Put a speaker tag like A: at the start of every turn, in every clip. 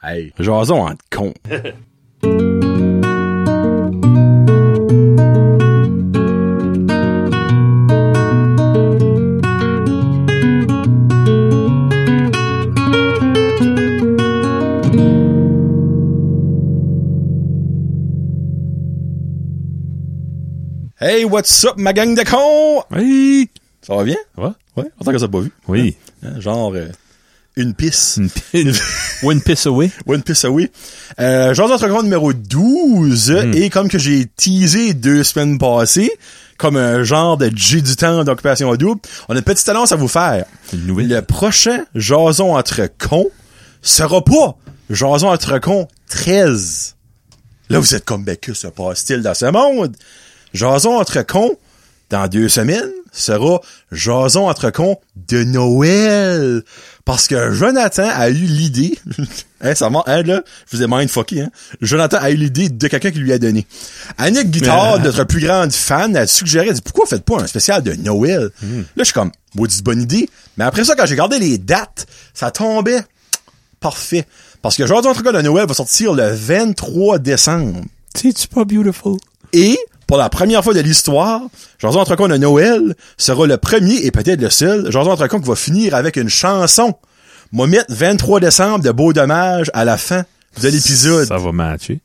A: Hey, jason en con. Hey, what's up, ma gang de cons?
B: Oui!
A: Ça va bien?
B: Ça va?
A: Ouais. En tant que ça pas vu.
B: Oui.
A: Hein, Genre, euh, une pisse.
B: Une pi- One Piece Away.
A: One Piece Away. Euh, Jason Entrecoin numéro 12. Et comme que j'ai teasé deux semaines passées, comme un genre de G du temps d'occupation double, on a une petite annonce à vous faire.
B: Une nouvelle.
A: Le prochain Jason entre cons sera pas Jason entre cons 13. Là, vous êtes comme, ben, que se passe-t-il dans ce monde? Jason entre cons, dans deux semaines, sera Jason entre cons de Noël. Parce que Jonathan a eu l'idée, hein, ça m'a, hein, là, je vous ai mindfucké, hein. Jonathan a eu l'idée de quelqu'un qui lui a donné. Annick Guittard, notre plus grande fan, a suggéré, elle dit, pourquoi faites pas un spécial de Noël? Là, je suis comme, maudite bonne idée. Mais après ça, quand j'ai regardé les dates, ça tombait parfait. Parce que Jason entre cons de Noël va sortir le 23 décembre.
B: C'est-tu pas beautiful?
A: Et, pour la première fois de l'histoire, Jason Entrecon de Noël sera le premier et peut-être le seul Jason Entrecon qui va finir avec une chanson. Moi, mettre 23 décembre de Beau Dommage à la fin de l'épisode.
B: Ça va matcher.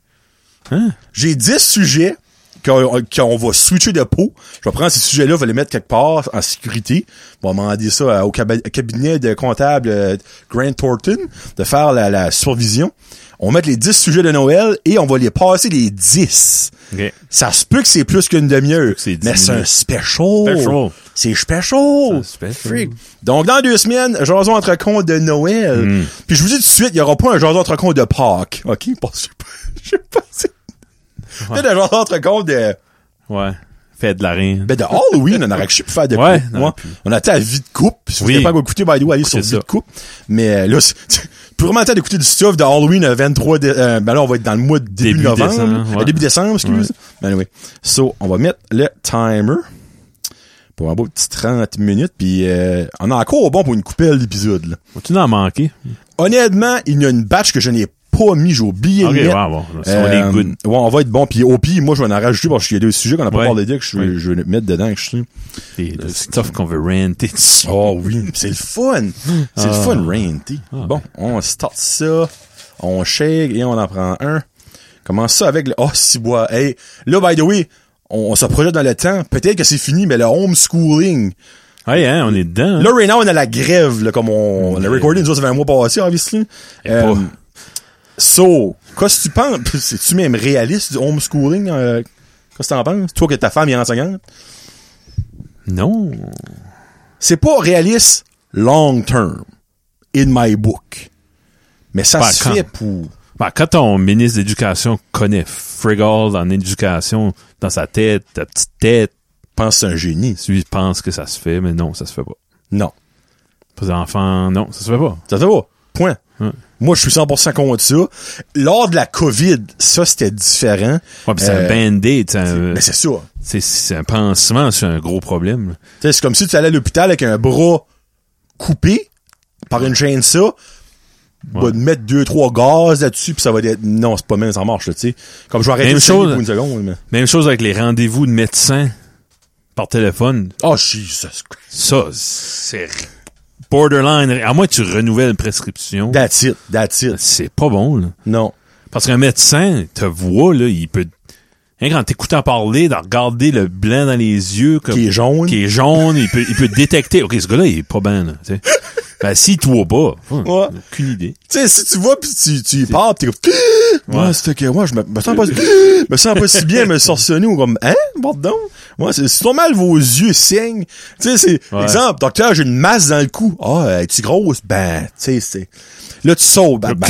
B: Hein?
A: J'ai 10 sujets qu'on qu'on va switcher de peau. Je vais prendre ces sujets-là, je vais les mettre quelque part en sécurité. On va demander ça à- au caba- cabinet de comptable euh, Grant Thornton de faire la, la supervision. On va mettre les 10 sujets de Noël et on va les passer les 10.
B: OK.
A: Ça se peut que c'est plus qu'une demi-heure,
B: que c'est dix
A: mais c'est un
B: minutes.
A: special.
B: Special.
A: C'est special.
B: C'est un special.
A: Freak. Donc, dans deux semaines, Jason entre cons de Noël.
B: Hmm.
A: Puis je vous dis tout de suite, il n'y aura pas un Jason entre cons de Pâques. OK? Parce que je sais pas si... Peut-être un Jason entre cons de...
B: Ouais. Faites de la reine.
A: Ben, de Halloween, on aurait que je sais plus faire de
B: Ouais,
A: coupe,
B: non,
A: moi. On a été à Vie de coupe. Si vous
B: Oui.
A: n'avez pas encore écouté, by the way, allez sur
B: Écoutez
A: Vie
B: ça.
A: de coupe. Mais euh, là, c'est- pour vraiment le temps d'écouter du stuff de Halloween le 23... dé- euh, ben là, on va être dans le mois de début,
B: Début
A: novembre.
B: décembre, ouais.
A: Euh, Début décembre, excuse. Ben oui. So, on va mettre le timer pour un beau petit 30 minutes. Puis euh, on est encore bon pour une coupelle d'épisode. là.
B: Faut-tu en manquer?
A: Honnêtement, il y a une batch que je n'ai pas mis. J'ai oublié de
B: OK, ouais,
A: mettre.
B: bon. Si
A: Euh,
B: on est good.
A: ouais, on va être bon. Puis au pire, moi, je vais en rajouter parce qu'il y a deux sujets qu'on n'a pas
B: Ouais.
A: parlé de que je, vais-
B: Ouais.
A: je vais mettre dedans. Que je suis.
B: C'est le stuff qu'on veut ranter dessus.
A: Oh oui, c'est le fun. C'est le fun, Ranty. Bon, on start ça, on shake et on en prend un. Commence ça avec le... Oh, si bois. Hey, là, by the way, on, on se projette dans le temps. Peut-être que c'est fini, mais le homeschooling.
B: Ouais, hein, on est dedans. hein.
A: Là, right now, on a la grève, là, comme on, on a recordé, nous autres, ça fait un mois passé, obviously. Euh,
B: pas-
A: so, qu'est-ce que tu penses? C'est-tu même réaliste du homeschooling? euh, qu'est-ce que t'en penses? Toi, que ta femme est enseignante.
B: Non.
A: C'est pas réaliste long term in my book. Mais ça
B: Pas
A: se
B: quand.
A: fait pour
B: Ben, quand ton ministre de l'Éducation connaît Frigald en éducation dans sa tête, ta petite tête,
A: pense un génie.
B: lui pense que ça se fait, mais non, ça se fait pas.
A: Non.
B: Pour les enfants, non, ça se fait pas.
A: Ça te va. Point.
B: Ouais.
A: Moi, je suis 100% contre ça. Lors de la COVID, ça, c'était différent.
B: Ouais, pis c'est
A: Euh,
B: un band-aid, c'est un,
A: Mais c'est ça.
B: c'est- c'est un pansement sur un gros problème. là.
A: Tu sais, C'est comme si tu allais à l'hôpital avec un bras coupé par une chaîne ça. Va te mettre deux, trois gaz là-dessus, puis ça va être... Non, c'est pas même, ça marche, là, tu sais. Comme je vais arrêter
B: Même
A: le salive
B: chose. hein.
A: pour une seconde, mais...
B: Même chose avec les rendez-vous de médecins par téléphone.
A: Oh, Jesus Christ.
B: Ça, c'est borderline. À moins que tu renouvelles prescription,
A: That's it, that's it.
B: c'est pas bon. là.
A: Non.
B: Parce qu'un médecin te voit, là, il peut... Hein, quand t'écoutes en parler, de regarder le blanc dans les yeux... Comme,
A: Qui est jaune.
B: Qui est jaune, il peut, il peut détecter. OK, ce gars-là, il est pas bien, là. tu sais. Ben, s'il te voit pas, hein,
A: Ouais.
B: aucune idée.
A: Tu sais, si tu vois pis tu, tu y pars pis t'es comme, ouais, c'était que, ouais, je me, me sens pas, me sens pas si bien, me sorçonner ou comme, hein, pardon? Ouais, c'est, c'est normal, vos yeux saignent. Tu sais, c'est,
B: Ouais.
A: exemple, docteur, j'ai une masse dans le cou. Ah, es-tu grosse? Ben, tu sais, c'est, là, tu sautes, ben, ben,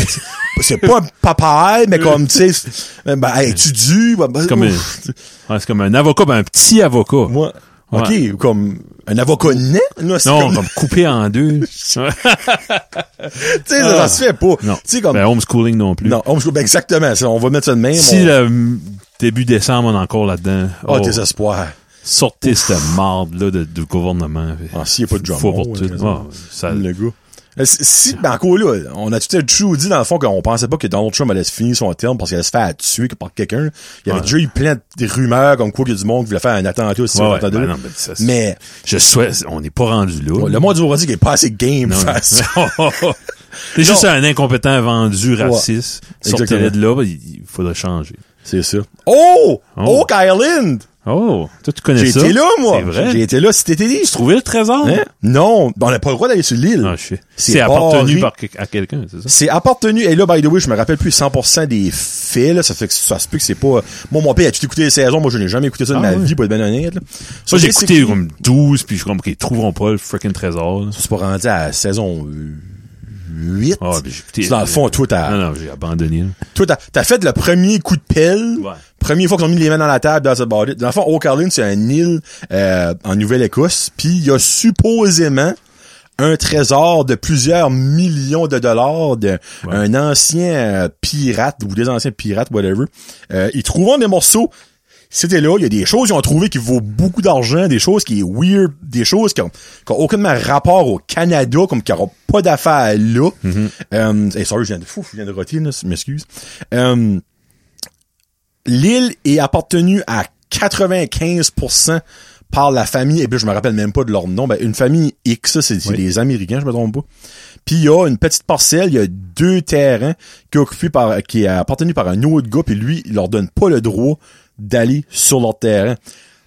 A: c'est pas un papaye, mais comme, tu sais, ben, ben, es-tu dû? Ben, ben,
B: Comme
A: ouf.
B: Ouais, c'est comme un avocat, ben, un petit avocat.
A: Moi, ok,
B: Ouais.
A: comme, un avocat net, là, c'est
B: non,
A: comme,
B: comme... coupé en deux. Ouais.
A: tu sais, ça, ça se fait pas.
B: non.
A: Tu sais, comme,
B: Ben, homeschooling non plus.
A: non, on- ben, exactement, ça, on va mettre ça de même.
B: Si
A: on-
B: le mm, début décembre, on est encore là-dedans.
A: Ah,
B: oh,
A: tes espoirs.
B: sortez cette marde-là de- du gouvernement.
A: Ah, s'il y a pas de
B: Faut
A: jambon,
B: pour tout.
A: ouais,
B: Ah, ça-
A: Le gars. Si, si ben, encore là, on a tout à l'heure dit dans le fond qu'on pensait pas que Donald Trump allait se finir son terme parce qu'il allait se faire tuer par quelqu'un. Il y avait
B: Ouais.
A: déjà eu plein de rumeurs comme quoi qu'il y a du monde qui voulait faire un attentat aussi.
B: Ouais,
A: un
B: ouais,
A: attentat.
B: ben non, ben ça, c'est-
A: mais
B: Je souhaite, on n'est pas rendu là.
A: Oh, le monde du Rwanda qui est pas assez game
B: Non,
A: face à
B: non. C'est juste un incompétent vendu raciste.
A: Ouais.
B: Sortez-le de là, il il faudrait changer.
A: C'est ça. Oh!
B: Oh.
A: Oak Island!
B: Oh, toi, tu connais
A: J'ai
B: ça?
A: été là, moi!
B: C'est vrai?
A: J'ai été là cet été.
B: Tu trouvais le trésor?
A: Hein? Non, ben, on n'a pas le droit d'aller sur l'île.
B: Ah, je sais.
A: C'est
B: C'est
A: barré.
B: appartenu par que- à quelqu'un, c'est ça?
A: C'est appartenu, et là, by the way, je me rappelle plus 100% des faits, là, ça fait que ça se peut que c'est pas, moi, mon père a tout écouté les saisons, moi, je n'ai jamais écouté ça de
B: Ah,
A: ma
B: ouais.
A: vie, pour être bien honnête, là.
B: Ça, j'ai
A: c'est-
B: écouté comme 12, puis je comprends qu'ils trouveront pas le freaking trésor. là.
A: Je suis pas rendu à saison 8.
B: Ah, ben, j'ai écouté-
A: dans le fond, toi, t'as,
B: Non, non, j'ai abandonné. là.
A: toi, t'as, t'as fait le premier coup de pelle.
B: Ouais.
A: Première fois qu'ils ont mis les mains dans la table, dans ce bar Dans le fond, Oak Island, c'est un île, euh, en Nouvelle-Écosse. Puis, il y a supposément un trésor de plusieurs millions de dollars d'un
B: Ouais.
A: ancien euh, pirate ou des anciens pirates, whatever. Euh, ils trouvent des morceaux. C'était là, il y a des choses qu'ils ont trouvées qui vaut beaucoup d'argent, des choses qui est weird, des choses qui ont, qui ont aucunement rapport au Canada, comme qui n'auront pas d'affaires là. Euh, hey, sorry, je viens de fou, je viens de roter, là, je m'excuse. Euh, L'île est appartenue à 95% par la famille, et puis je me rappelle même pas de leur nom, ben, une famille X, ça, c'est c'est
B: Oui.
A: des Américains, je me trompe pas. Puis il y a une petite parcelle, il y a deux terrains qui est occupé par, qui est appartenu par un autre gars, puis lui, il leur donne pas le droit d'aller sur leur terrain.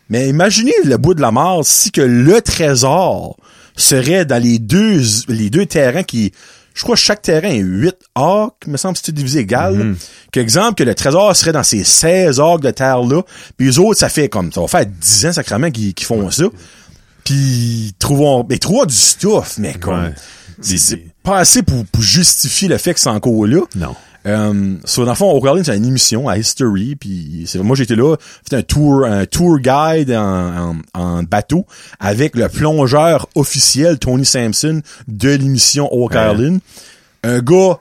A: Mais imaginez le bout de la mort si que le trésor serait dans les deux, les deux terrains qui, je crois que chaque terrain est 8 arcs, me semble, si tu divisé égal. Qu'exemple, que le trésor serait dans ces 16 arcs de terre-là, puis les autres, ça fait comme, ça va faire 10 ans, sacrément, qu'ils qu'ils font ça. Puis, trouvons, mais trouvons du stuff, mais comme,
B: Ouais.
A: c'est- c'est pas assez pour, pour justifier le fait que c'est encore là.
B: Non.
A: Euh, so, dans le fond, O'Reilly, c'est une émission à History, puis c'est moi j'étais là, c'était un tour, un tour guide en, en, en bateau avec le plongeur officiel Tony Sampson de l'émission O'Reilly. Un gars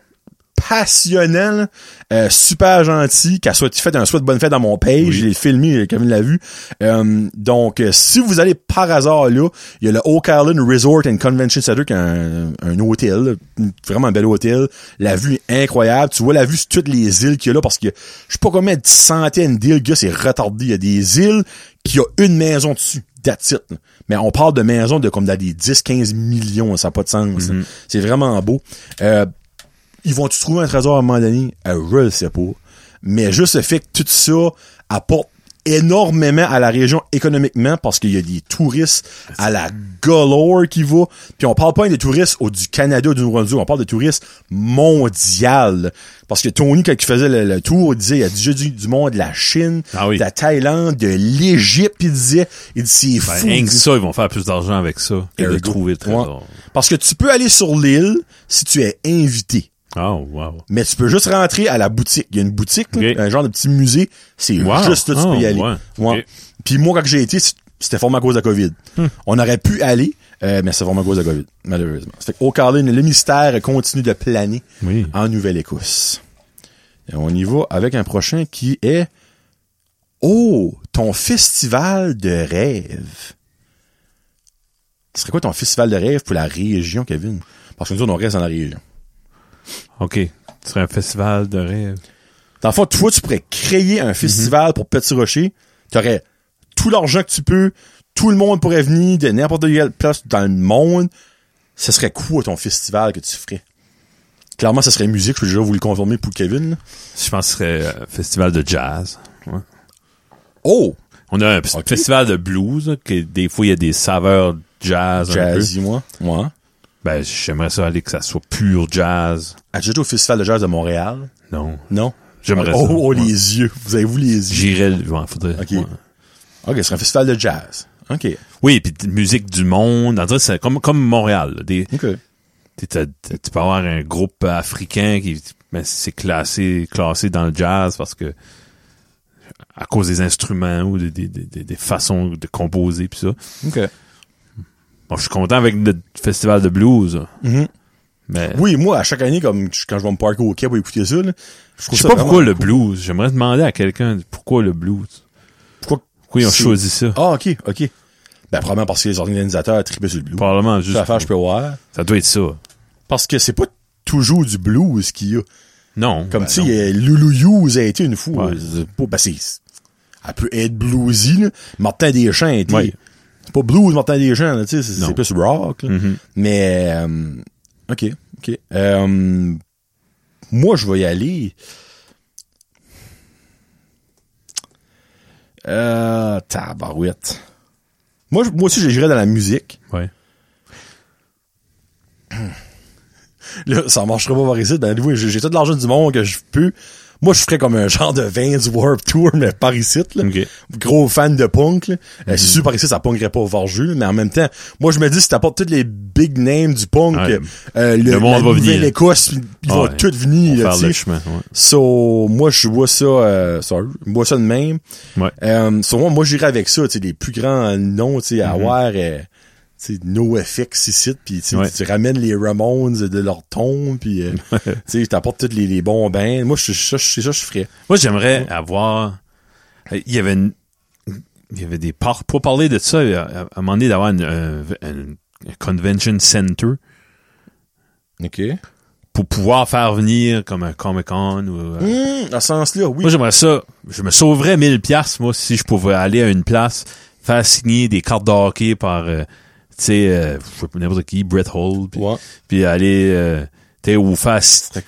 A: passionnant, là, euh, super gentil, qui a souhaité fait un souhait de bonne fête dans mon page,
B: Oui.
A: je l'ai filmé, Kevin l'a vu. Euh, donc, euh, si vous allez par hasard là, il y a le Oak Island Resort and Convention Center, qui est un, un hôtel, là, vraiment un bel hôtel. La vue est incroyable. Tu vois la vue sur toutes les îles qu'il y a là, parce que je sais pas combien de centaines d'îles qu'il y a, c'est retardé. Il y a des îles qui a une maison dessus. That's it, là. Mais on parle de maisons de comme dans des 10-15 millions, ça n'a pas de sens. là. C'est vraiment beau. Euh, ils vont-tu trouver un trésor à un moment donné? Euh, je le sais pas. Mais juste le fait que tout ça apporte énormément à la région économiquement parce qu'il y a des touristes à la galore qui va. Puis on parle pas des touristes au, du Canada ou du Nouveau-Brunswick, on parle de touristes mondial. Parce que Tony, quand il faisait le, le tour, il disait, il y a déjà du, du monde de la Chine,
B: Ah oui.
A: de la Thaïlande, de l'Égypte, il disait, il dit, c'est
B: Ben,
A: fou.
B: rien
A: il
B: que
A: dit,
B: ça, ils vont faire plus d'argent avec ça que
A: There
B: de
A: you go.
B: trouver le trésor.
A: Ouais. Parce que tu peux aller sur l'île si tu es invité.
B: Oh, wow.
A: Mais tu peux juste rentrer à la boutique. Il y a une boutique, là,
B: Ok.
A: un genre de petit musée. C'est
B: Wow.
A: juste là, tu
B: Oh,
A: peux y aller.
B: ouais.
A: Ouais.
B: Ok. Hmm.
A: Puis moi, quand j'ai été, c'était formé à cause de la COVID. On aurait pu aller, euh, mais c'est formé à cause de la COVID, malheureusement. Ça fait qu'au Carlin, le mystère continue de planer
B: Oui.
A: en Nouvelle-Écosse. Et on y va avec un prochain qui est Oh, ton festival de rêve. Ce serait quoi ton festival de rêve pour la région, Kevin? Parce que nous autres, on reste dans la région.
B: OK. Ce serait un festival de rêve.
A: Dans le fond, toi, tu pourrais créer
B: Mhm.
A: un festival pour Petit Rocher. Tu aurais tout l'argent que tu peux. Tout le monde pourrait venir de n'importe quelle place dans le monde. Ce serait quoi ton festival que tu ferais? Clairement, ce serait musique. Je peux déjà vous le confirmer pour Kevin. là.
B: Je pense que ce serait un festival de jazz. Ouais.
A: Oh!
B: On a un p-
A: Ok.
B: festival de blues, là, que des fois, il y a des saveurs jazz, un peu.
A: Jazzy, moi. Moi.
B: Ben, j'aimerais ça aller que ça soit pur jazz.
A: As-tu déjà été au Festival de jazz de Montréal?
B: Non.
A: Non?
B: J'aimerais
A: oh,
B: ça.
A: Oh,
B: Ouais.
A: les yeux. Vous avez-vous les yeux?
B: J'irais, le- ouais, faudrait,
A: Ok.
B: ouais.
A: Ok, ce serait un festival de jazz. Ok.
B: Oui, puis de musique du monde. En vrai, c'est comme, comme Montréal, là. Des,
A: Ok.
B: t'es- t'as- t'as- tu peux avoir un groupe africain qui ben, c'est classé classé dans le jazz parce que à cause des instruments ou des, des, des- des- des façons de composer puis ça.
A: Ok.
B: Bon, je suis content avec le festival de blues. là.
A: Mhm.
B: Mais
A: Oui, moi, à chaque année, comme je- quand je vais me parker au quai pour écouter ça, là, je trouve
B: je sais
A: ça
B: pas
A: vraiment
B: pourquoi le
A: cool.
B: blues. J'aimerais demander à quelqu'un pourquoi le blues.
A: Pourquoi
B: Pourquoi ils ont
A: C'est-
B: choisi ça?
A: Ah, ok, ok. Ben, probablement parce que les organisateurs tripaient sur le blues.
B: Probablement juste.
A: Ça affaire, je peux voir.
B: Ça doit être ça.
A: Parce que c'est pas toujours du blues qu'il y a.
B: Non.
A: Comme
B: ben
A: tu sais,
B: non.
A: euh, Loulou Hughes a été une fois.
B: Ouais.
A: euh, pas- ben, c'est- elle peut être bluesy, là. Martin Deschamps a été.
B: Ouais.
A: C'est pas blues, Martin Deschamps, là, tu sais, c'est
B: Non.
A: c'est plus rock. là.
B: Mhm.
A: Mais euh, OK, OK. Euh, moi, je vais y aller. Euh, tabarouette. Moi, je- moi aussi, j'irais dans la musique.
B: Ouais.
A: Là, ça marcherait pas par ici. Ben, oui, j'ai j'ai tout l'argent du monde que je peux. Moi, je ferais comme un genre de Vans Warp Tour, mais par ici, là.
B: Ok. Mhm.
A: Gros fan de punk, là. Euh, C'est sûr, par ici, ça punkerait pas au Varju, là, mais en même temps, moi, je me dis, si t'apportes tous les big names du punk,
B: Ouais.
A: euh, le,
B: Le monde
A: la
B: va venir.
A: Nouvelle-Écosse, ils vont
B: Ouais.
A: tous venir,
B: Pour
A: là,
B: faire
A: tu sais.
B: le chemin. Ouais.
A: So, moi, je vois ça, euh, sorry, je vois ça de même.
B: Ouais.
A: Euh, so, moi, moi, j'irais avec ça, tu sais, les plus grands noms, tu sais, à avoir, euh, tu sais, NoFX ici, puis tu sais,
B: Ouais.
A: tu ramènes les Ramones de leur ton, puis euh, tu sais, t'apportes tous les, les bons bains. Moi, je- je- c'est ça que je ferais.
B: Moi, j'aimerais avoir. euh, Il y avait une- Il y avait des parcs. Pour parler de ça, euh, à à un moment donné, d'avoir une, un- un- un convention center
A: OK.
B: pour pouvoir faire venir comme un Comic-Con ou. euh,
A: Hum, dans ce sens-là, oui.
B: Moi, j'aimerais ça. Je me sauverais 1000 pièces moi, si je pouvais aller à une place, faire signer des cartes de hockey par, euh, tu sais, euh, je sais pas, n'importe qui, Brett Hall, puis,
A: Ouais.
B: puis aller, euh, tu sais, ou faire,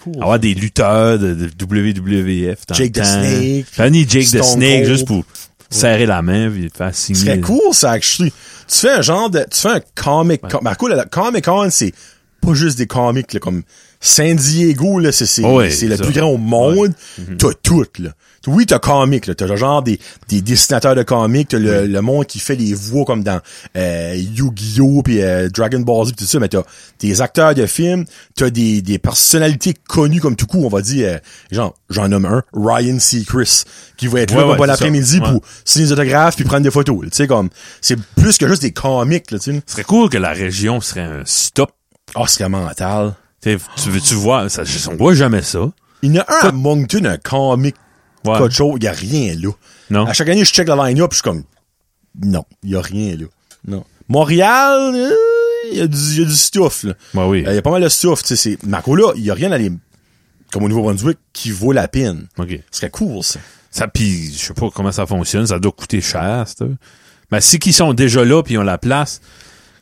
A: cool,
B: avoir des lutteurs de, de WWF dans
A: Jake
B: le
A: the
B: temps.
A: Snake,
B: Faire venir Jake the
A: Stone
B: Snake
A: Cold.
B: juste pour serrer la main puis faire signer.
A: Ce serait cool, ça, actually. Tu fais un genre de, tu fais un comic con. Ben, cool, la- la Comic Con, c'est pas juste des comics, là, comme San Diego, là, c'est, c'est,
B: Ah ouais,
A: c'est le
B: ça. Mm-hmm.
A: plus grand au monde. T'as tout, là. Oui, t'as comics, là. T'as le genre des, des dessinateurs de comics, t'as le, le monde qui fait les voix comme dans, euh, Yu-Gi-Oh! pis euh, Dragon Ball Z pis tout ça, mais t'as des acteurs de films, t'as des, des personnalités connues comme tout coup, on va dire, euh, genre, j'en nomme un, Ryan Seacrest, qui va être là
B: Ouais,
A: comme
B: ouais,
A: bon
B: c'est ça.
A: après-midi
B: Ouais.
A: pour signer des autographes puis prendre des photos. là, Tu sais, comme, c'est plus que juste des comics, là, tu sais.
B: Ce serait cool que la région serait un stop.
A: Oh, c'est mental.
B: Tu sais, tu veux, tu vois, ça, on voit jamais ça.
A: Il y en a un à Moncton, un comic,
B: Ouais.
A: pas de chose, il y a rien, là.
B: Non.
A: À chaque année, je check la line-up puis je suis comme, non, il y a rien, là. Non. Montréal, euh, il y a du, il y a du stuff, là.
B: Ouais, oui.
A: Euh, Il y a pas mal de stuff, tu sais. c'est- Marco, là, il y a rien à les, comme au Nouveau-Brunswick, qui vaut la peine.
B: OK.
A: Ce serait cool, ça.
B: Ça, puis je sais pas comment ça fonctionne, ça doit coûter cher, ça. Mais si qu'ils sont déjà là puis ils ont la place,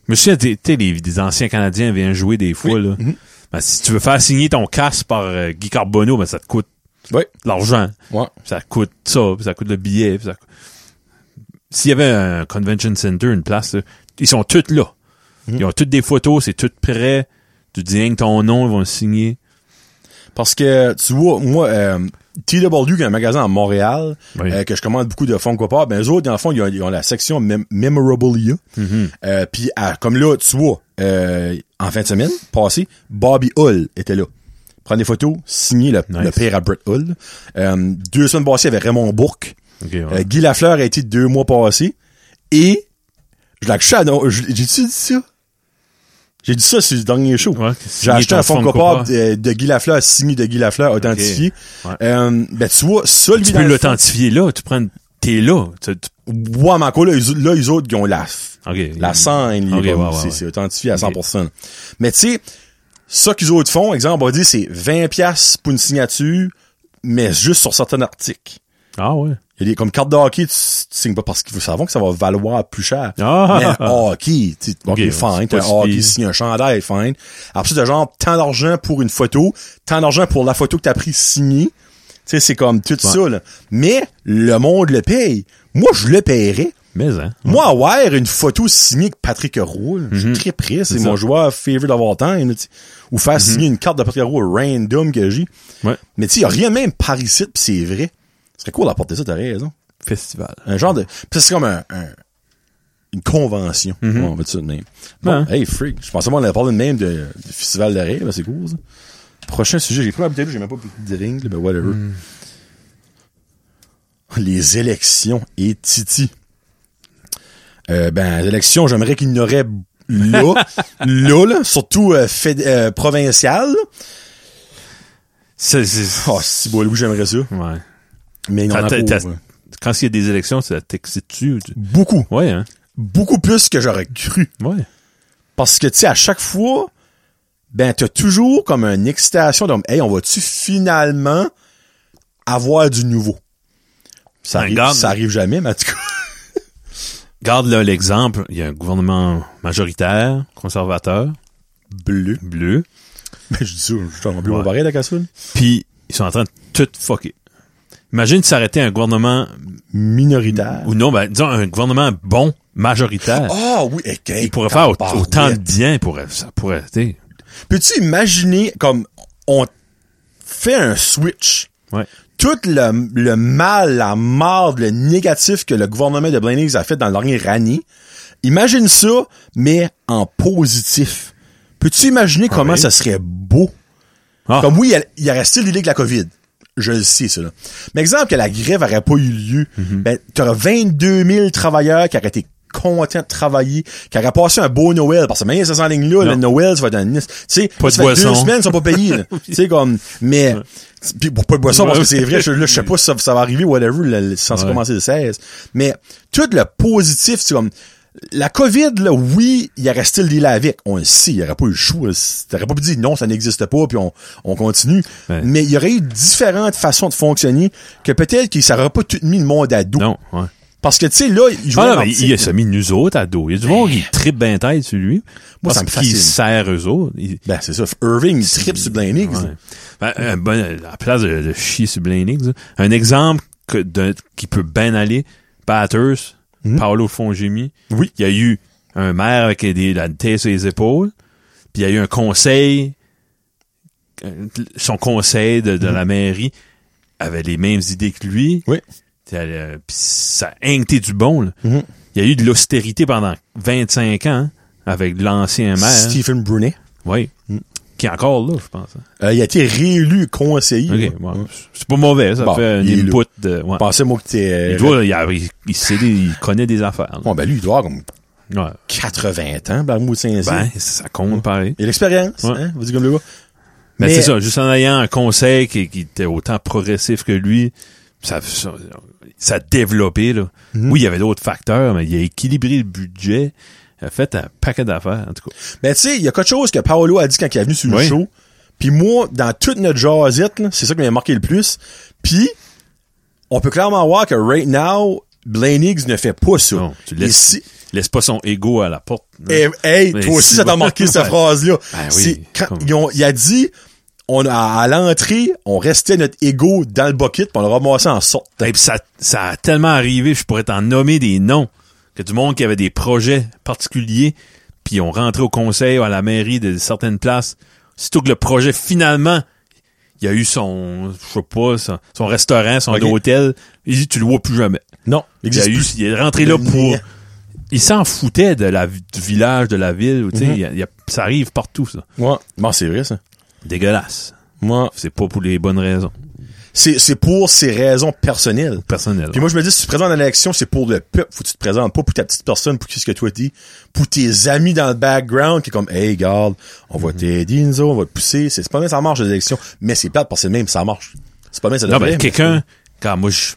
B: je me souviens, tu sais, les, des anciens Canadiens viennent jouer des fois, là.
A: Mm-hmm.
B: Ben, si tu veux faire signer ton casque par euh, Guy Carbonneau, ben, ça te coûte
A: Oui.
B: de l'argent,
A: Ouais.
B: puis ça te coûte ça, puis ça coûte le billet, puis ça coûte- S'il y avait un convention center, une place, là, ils sont tous là.
A: Mm-hmm.
B: Ils ont toutes des photos, c'est tout prêt. Tu dis rien que ton nom, ils vont le signer.
A: Parce que, tu vois, moi, euh, TW, qui est un magasin à Montréal,
B: Oui.
A: euh, que je commande beaucoup de Funko Pop, ben, eux autres, dans le fond, ils ont, ils ont la section Mem- Memorabilia.
B: Mm-hmm.
A: Euh, Puis, à- comme là, tu vois, euh, en fin de semaine passée, Bobby Hull était là. Prendre des photos, signer le,
B: Nice.
A: le père à Brett Hull. Euh, deux semaines passées, il y avait Raymond Bourque.
B: OK, ouais.
A: Euh, Guy Lafleur a été deux mois passés. Et, je l'ai acheté à- non, je- J'ai-tu dit ça? J'ai dit ça sur le dernier show.
B: Ouais,
A: J'ai
B: signer
A: acheté
B: ton
A: un Funko
B: Funko
A: Pop
B: Pop.
A: de, de Guy Lafleur, signé de Guy Lafleur, authentifié.
B: Ouais.
A: Euh, ben, tu vois, ça, lui,
B: Tu
A: dans
B: peux
A: le
B: l'authentifier là, tu prends t'es là. Tu- tu-
A: fond- Ouais, mais encore là, ils, là, ils autres, ils ont la,
B: OK.
A: la scène, les
B: Mm. Ok,
A: gars,
B: ouais, ouais,
A: c'est,
B: ouais.
A: c'est authentifié à 100%. Mais tu sais, ça qu'ils autres font, exemple, on va dire, c'est 20 pièces pour une signature, mais juste sur certains articles.
B: Ah ouais.
A: Il y a des, comme carte de hockey, tu, tu signes pas parce qu'ils veulent savoir que ça va valoir plus cher.
B: Ah!
A: Mais hockey, tu sais, ok,
B: ouais,
A: fine,
B: c'est
A: t'as
B: pas
A: un hockey,
B: si-
A: signe un chandail, fine. Après, t'as genre tant d'argent pour une photo, tant d'argent pour la photo que t'as pris signée. Tu sais, c'est comme tout ça, là. Mais le monde le paye. Moi, je le paierais.
B: Mais hein.
A: Moi, avoir une photo signée que Patrick Roux, là, je suis très près, c'est
B: Mhm. C'est
A: mon
B: ça. Mhm.
A: joueur favorite d'avoir temps, là, tu sais. ou faire signer une carte de Patrick Roux random que j'ai.
B: Ouais.
A: Mais tu sais, y a rien même par ici, pis c'est vrai. Ce serait cool d'apporter ça, t'as raison.
B: Festival.
A: Un genre de. pis c'est comme un, un- une convention. On va dire ça de même. Bon, Hey, freak. Je pensais qu'on allait parler de même de, du festival de rêve, c'est cool ça. Prochain sujet, j'ai pris ma bouteille, j'ai même pas pris de drink, là, mais whatever. Les élections et Titi. Euh, ben, les élections, j'aimerais qu'il n'y aurait là, là, là, surtout euh, féd- euh, provincial.
B: C'est, c'est-
A: Oh, si beau, Louis, j'aimerais ça.
B: Ouais.
A: Mais il y en a
B: T'as-
A: pas,
B: t'as-
A: ouais.
B: Quand il y a des élections, ça t'excite tu ou tu-
A: Beaucoup,
B: Ouais, hein.
A: beaucoup plus que j'aurais cru.
B: Ouais.
A: Parce que, tu sais, à chaque fois, ben t'as toujours comme une excitation de hey, on va-tu finalement avoir du nouveau? Ça
B: Ben,
A: arrive,
B: garde.
A: ça arrive jamais, mais en tout cas.
B: Garde là l'exemple, il y a un gouvernement majoritaire, conservateur,
A: Bleu.
B: bleu,
A: Ben, je dis ça, je t'en remplis
B: Ouais.
A: mon baril la casserole.
B: puis ils sont en train de tout fucker. Imagine s'arrêter un gouvernement,
A: Minoritaire.
B: ou non, ben, disons un gouvernement bon, majoritaire. Oh,
A: Ah oui, et qu'est-
B: il pourrait faire au-
A: Ah,
B: autant
A: ouais.
B: de bien, il pourrait, ça pourrait, tu sais.
A: Peux-tu imaginer comme on fait un switch?
B: Ouais.
A: Tout le, le mal, la mort, le négatif que le gouvernement de Blaney a fait dans la dernière année, imagine ça, mais en positif. Peux-tu imaginer comment
B: Ah oui.
A: ça serait beau?
B: Ah.
A: Comme oui, il y a- il y aurait still eu ligue de la COVID. Je le sais, ça. là. Mais exemple que la grève aurait pas eu lieu,
B: Mhm.
A: ben, t'aurais 22 000 travailleurs qui auraient été contents de travailler, qui auraient passé un beau Noël. Parce que même ces lignes-là, le Noël, ça va être un... Tu sais,
B: Pas de
A: ça fait
B: boisson.
A: deux semaines, ils sont pas payés. là. Tu sais, comme... Mais... Puis, bon, pas de boisson, parce que c'est vrai, je, là, je sais pas si ça, ça va arriver, whatever, le, le, sans
B: Ouais.
A: commencer le 16. Mais tout le positif, c'est comme... La COVID, là, oui, il y aurait still dealé avec. On le sait, il n'y aurait pas eu le choix. T'aurais pas pu dire non, ça n'existe pas, puis on, on continue.
B: Ouais.
A: Mais il y aurait eu différentes façons de fonctionner que peut-être qu'ils n'auraient pas tout mis le monde à dos.
B: Non, ouais.
A: Parce que, tu sais, là, ils jouaient
B: Ah non,
A: leur
B: mais
A: petit-
B: il s'est mis nous autres à dos. Il y a du monde qui tripe ben tête sur lui.
A: Moi, ça
B: parce
A: me
B: qu'il
A: fascine.
B: sert eux autres. Il-
A: Ben, c'est ça. Irving, il tripe sur Blaney.
B: Ouais. Ben, un bon- à la place de, de chier sur Blaney, ça. un exemple que, d'un- qui peut bien aller, Batters, Paolo Fongemi.
A: Hmm. Oui.
B: Il y a eu un maire avec des, la tête sur les épaules, puis il y a eu un conseil, euh, son conseil de, de la mairie avait les mêmes idées que lui.
A: Hmm. Oui.
B: T'as, euh, pis ça a incté du bon. là.
A: Mhm.
B: Il y a eu de l'austérité pendant 25 ans avec l'ancien maire.
A: Stephen Brunet.
B: Oui.
A: Hmm.
B: Qui est encore là, je pense. hein.
A: Euh, il a été réélu conseiller.
B: OK, ouais. C'est pas mauvais, ça
A: Bon,
B: fait un
A: il est
B: input de... ouais.
A: Je pensais, moi, que t'es... euh,
B: Il, doit, il, a- il- il sait des- il connaît des affaires. là.
A: Bon, ben, lui, il doit avoir comme
B: Ouais.
A: 80 ans, Barmou saint
B: Ben, ça compte pareil.
A: Il a l'expérience,
B: Ouais.
A: hein? Vous dites comme le gars.
B: Mais,
A: Mais-
B: c'est ça, juste en ayant un conseil qui, qui était autant progressif que lui, ça, ça, ça a développé. Là. Oui, il y avait d'autres facteurs, mais il a équilibré le budget. Il a fait un paquet d'affaires, en tout cas.
A: Mais tu sais, il y a quelque chose que Paolo a dit quand il est venu sur le
B: Oui.
A: show. Puis moi, dans toute notre jasette, là, c'est ça qui m'a marqué le plus. Puis, on peut clairement voir que right now, Blaine Higgs ne fait pas ça.
B: Non, tu laisses-
A: Et si-
B: Il Laisse pas son ego à la porte.
A: Eh, hey,
B: Mais
A: toi aussi,
B: si-
A: ça t'a marqué cette
B: Ouais.
A: phrase-là.
B: Ben oui,
A: C'est quand
B: comme-
A: ils ont- il a dit, on a, à l'entrée, on restait notre ego dans le bucket, puis on le ramassait en sorte.
B: Et Ben, puis ça, ça a tellement arrivé, je pourrais t'en nommer des noms, que du monde qui avait des projets particuliers, puis on rentrait au conseil ou à la mairie de certaines places. Surtout que le projet, finalement, il a eu son, je sais pas, son, son restaurant, son
A: Ok.
B: hôtel. Il dit, tu le vois plus jamais.
A: Non, il
B: Il, a
A: existe
B: eu,
A: plus.
B: il est rentré là
A: Le
B: pour...
A: lien.
B: Il s'en foutait de la, vi- du village, de la ville. ou tu sais,
A: Mm-hmm.
B: il y a- il y a- ça arrive partout, ça.
A: Ouais. Bon, c'est vrai, ça.
B: Dégueulasse.
A: Moi,
B: C'est pas pour les bonnes raisons
A: c'est c'est pour ses raisons personnelles.
B: personnelles.
A: Puis moi, je me dis, si tu te présentes dans l'élection, c'est pour le peuple. Faut que tu te présentes pas pour ta petite personne, pour ce que toi dis, pour tes amis dans le background qui est comme, hey, garde, on
B: Mhm.
A: va t'aider, nous autres, on va te pousser. C'est c'est pas bien, ça marche, les élections. Mais c'est plate parce que c'est le même, ça marche. C'est pas bien, ça
B: Non,
A: devrait,
B: ben,
A: mais-
B: quelqu'un, quand moi, je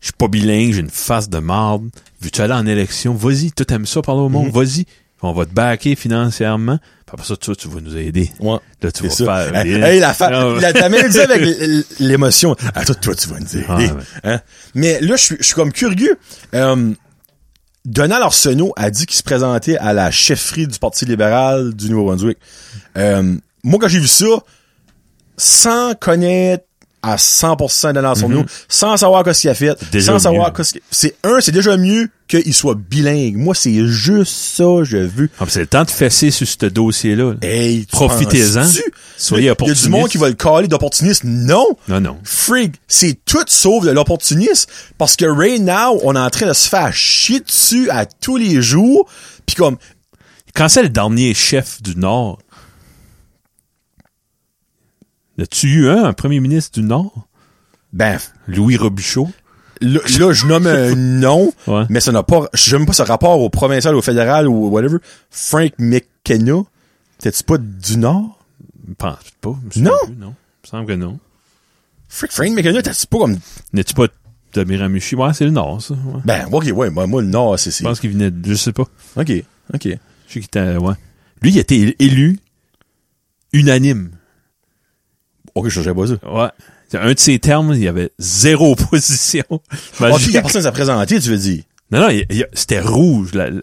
B: je suis pas bilingue, j'ai une face de marde, veux-tu aller en élection? Vas-y, toi, t'aimes ça, parle au monde,
A: Mhm.
B: vas-y. On va te backer financièrement. Puis après ça, toi, tu vas nous aider.
A: Ouais.
B: Là, tu vas
A: C'est ça.
B: faire...
A: Hey,
B: des-
A: hey, la fa...
B: Ah,
A: la, t'as même dit avec l- l- l'émotion. Ah, toi, toi, tu vas nous aider.
B: Ah, ouais.
A: Hein? Mais là, je suis, je suis comme curieux. Euh, Donald Arsenault a dit qu'il se présentait à la chefferie du Parti libéral du Nouveau-Brunswick. Euh, moi, quand j'ai vu ça, sans connaître à 100% Donald Arsenault, sans savoir qu'est-ce qu'il a fait,
B: Mm-hmm. déjà
A: sans savoir
B: mieux.
A: qu'est-ce qu'il- C'est un, c'est déjà mieux qu'il soit bilingue. Moi, c'est juste ça, je veux.
B: Ah, puis c'est le temps de fesser sur ce dossier-là. là.
A: Hey, tu
B: Profitez-en.
A: penses-tu?
B: Soyez
A: Il y a
B: opportuniste.
A: du monde qui va le caler d'opportuniste. Non!
B: Non, non.
A: Frig, c'est tout sauf de l'opportuniste. Parce que right now, on est en train de se faire chier dessus à tous les jours. Puis comme,
B: Quand c'est le dernier chef du Nord? As-tu eu un, un premier ministre du Nord?
A: ben,
B: Louis Robichaud?
A: là, là, je nomme un nom,
B: Ouais.
A: mais ça n'a pas, j'aime pas ce rapport au provincial, au fédéral ou whatever. Frank McKenna, t'es-tu pas du Nord?
B: Je pense pas. je me souviens
A: Non.
B: plus, non. Il me semble que non.
A: Frick, Frank McKenna, t'es-tu pas comme,
B: N'es-tu pas de Miramichi? Ouais, c'est le Nord, ça. ouais.
A: ben, ok, ouais, moi, moi, le Nord, c'est,
B: Je
A: c'est,
B: pense qu'il venait de... Je sais pas.
A: ok, ok.
B: Je sais qu'il était- ouais. Lui, il a été élu unanime.
A: Ok, je sais pas ça.
B: Ouais. C'est Un de ces termes, il y avait zéro opposition.
A: Ok,
B: Imagine-
A: il y a personne qui s'est présenté, tu veux dire.
B: non, non, il y a- c'était rouge. la- la-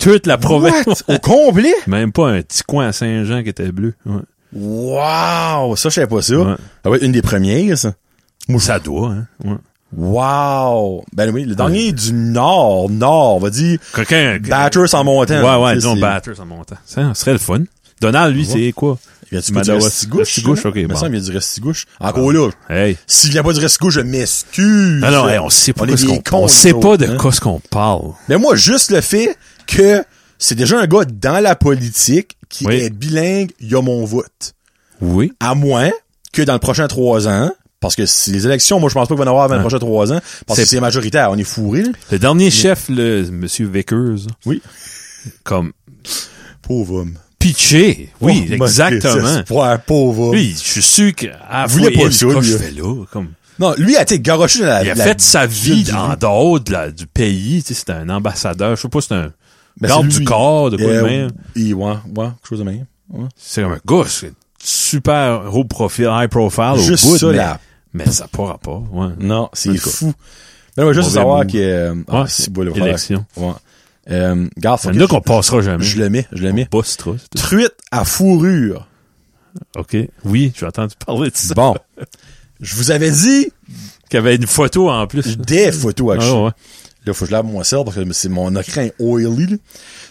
B: toute la province.
A: What? Au complet?
B: Même pas un petit coin à Saint-Jean qui était bleu. Ouais.
A: Wow! Ça, je savais pas ça.
B: Ouais.
A: Ça va être une des premières, ça.
B: Ça doit, hein. Ouais.
A: Wow! Ben oui, le dernier du Nord, Nord, on va dire
B: Quelqu'un.
A: Batters en montant.
B: Ouais, ouais,
A: C'est-
B: disons
A: c'est-
B: Batters en montant. Ça serait le fun. Donald, lui, c'est quoi?
A: Il vient du
B: Madawa-
A: Restigouche.
B: Restigouche,
A: là?
B: ok,
A: Il me
B: bon.
A: semble qu'il vient du Restigouche. Encore là,
B: Hey.
A: s'il vient pas du Restigouche, je m'excuse.
B: Ah Non, non, hey, on sait pas,
A: est
B: de ce
A: des
B: qu'on-
A: cons,
B: on
A: nous
B: sait pas
A: autres,
B: de
A: hein.
B: quoi ce qu'on parle.
A: Mais moi, juste le fait que c'est déjà un gars dans la politique qui
B: Oui.
A: est bilingue, il y a mon vote.
B: Oui.
A: À moins que dans le prochain trois ans, parce que si les élections, moi, je pense pas qu'il va y en avoir avant les prochains trois ans, parce que
B: C'est-
A: c'est majoritaire, on est fourré, là.
B: Le dernier chef, le monsieur Vickers,
A: Oui.
B: comme
A: Pauvre homme.
B: pitché. Oui,
A: Oh, mon
B: exactement.
A: désespoir, pauvre homme.
B: Lui, je suis sûr ah, qu'à
A: Il voulait pas ça, lui.
B: je fais là, comme,
A: Non, lui a été garoché dans la
B: il a
A: la-
B: fait sa vie
A: du-
B: en dehors de la- du pays, tu sais, c'était un ambassadeur, je sais pas, c'est un
A: Ben,
B: garde
A: c'est lui.
B: du corps, de quoi
A: Euh,
B: de même.
A: il- ouais, ouais, quelque chose de même. Ouais.
B: C'est comme un gars, c'est super haut profil, high profile
A: Juste
B: au bout,
A: ça,
B: mais,
A: là.
B: mais ça n'a pas rapport, ouais.
A: Non,
B: En
A: c'est
B: tout cas.
A: fou. Mais Ben, ouais, juste
B: Mauvais
A: savoir
B: move.
A: que, euh, ah,
B: Ouais,
A: c'est beau, le
B: élection.
A: Ouais. Euh, garde, faut
B: C'est
A: que
B: là
A: je-
B: qu'on passera jamais.
A: Je le mets, je le mets.
B: Boss Trust.
A: Truite à fourrure.
B: OK. Oui, j'ai entendu parler de ça.
A: Bon. Je vous avais dit
B: Qu'il y avait une photo en plus.
A: des photos
B: Ah,
A: actually.
B: ouais.
A: Là, faut que je lave mon sel parce que c'est mon écran est oily. là.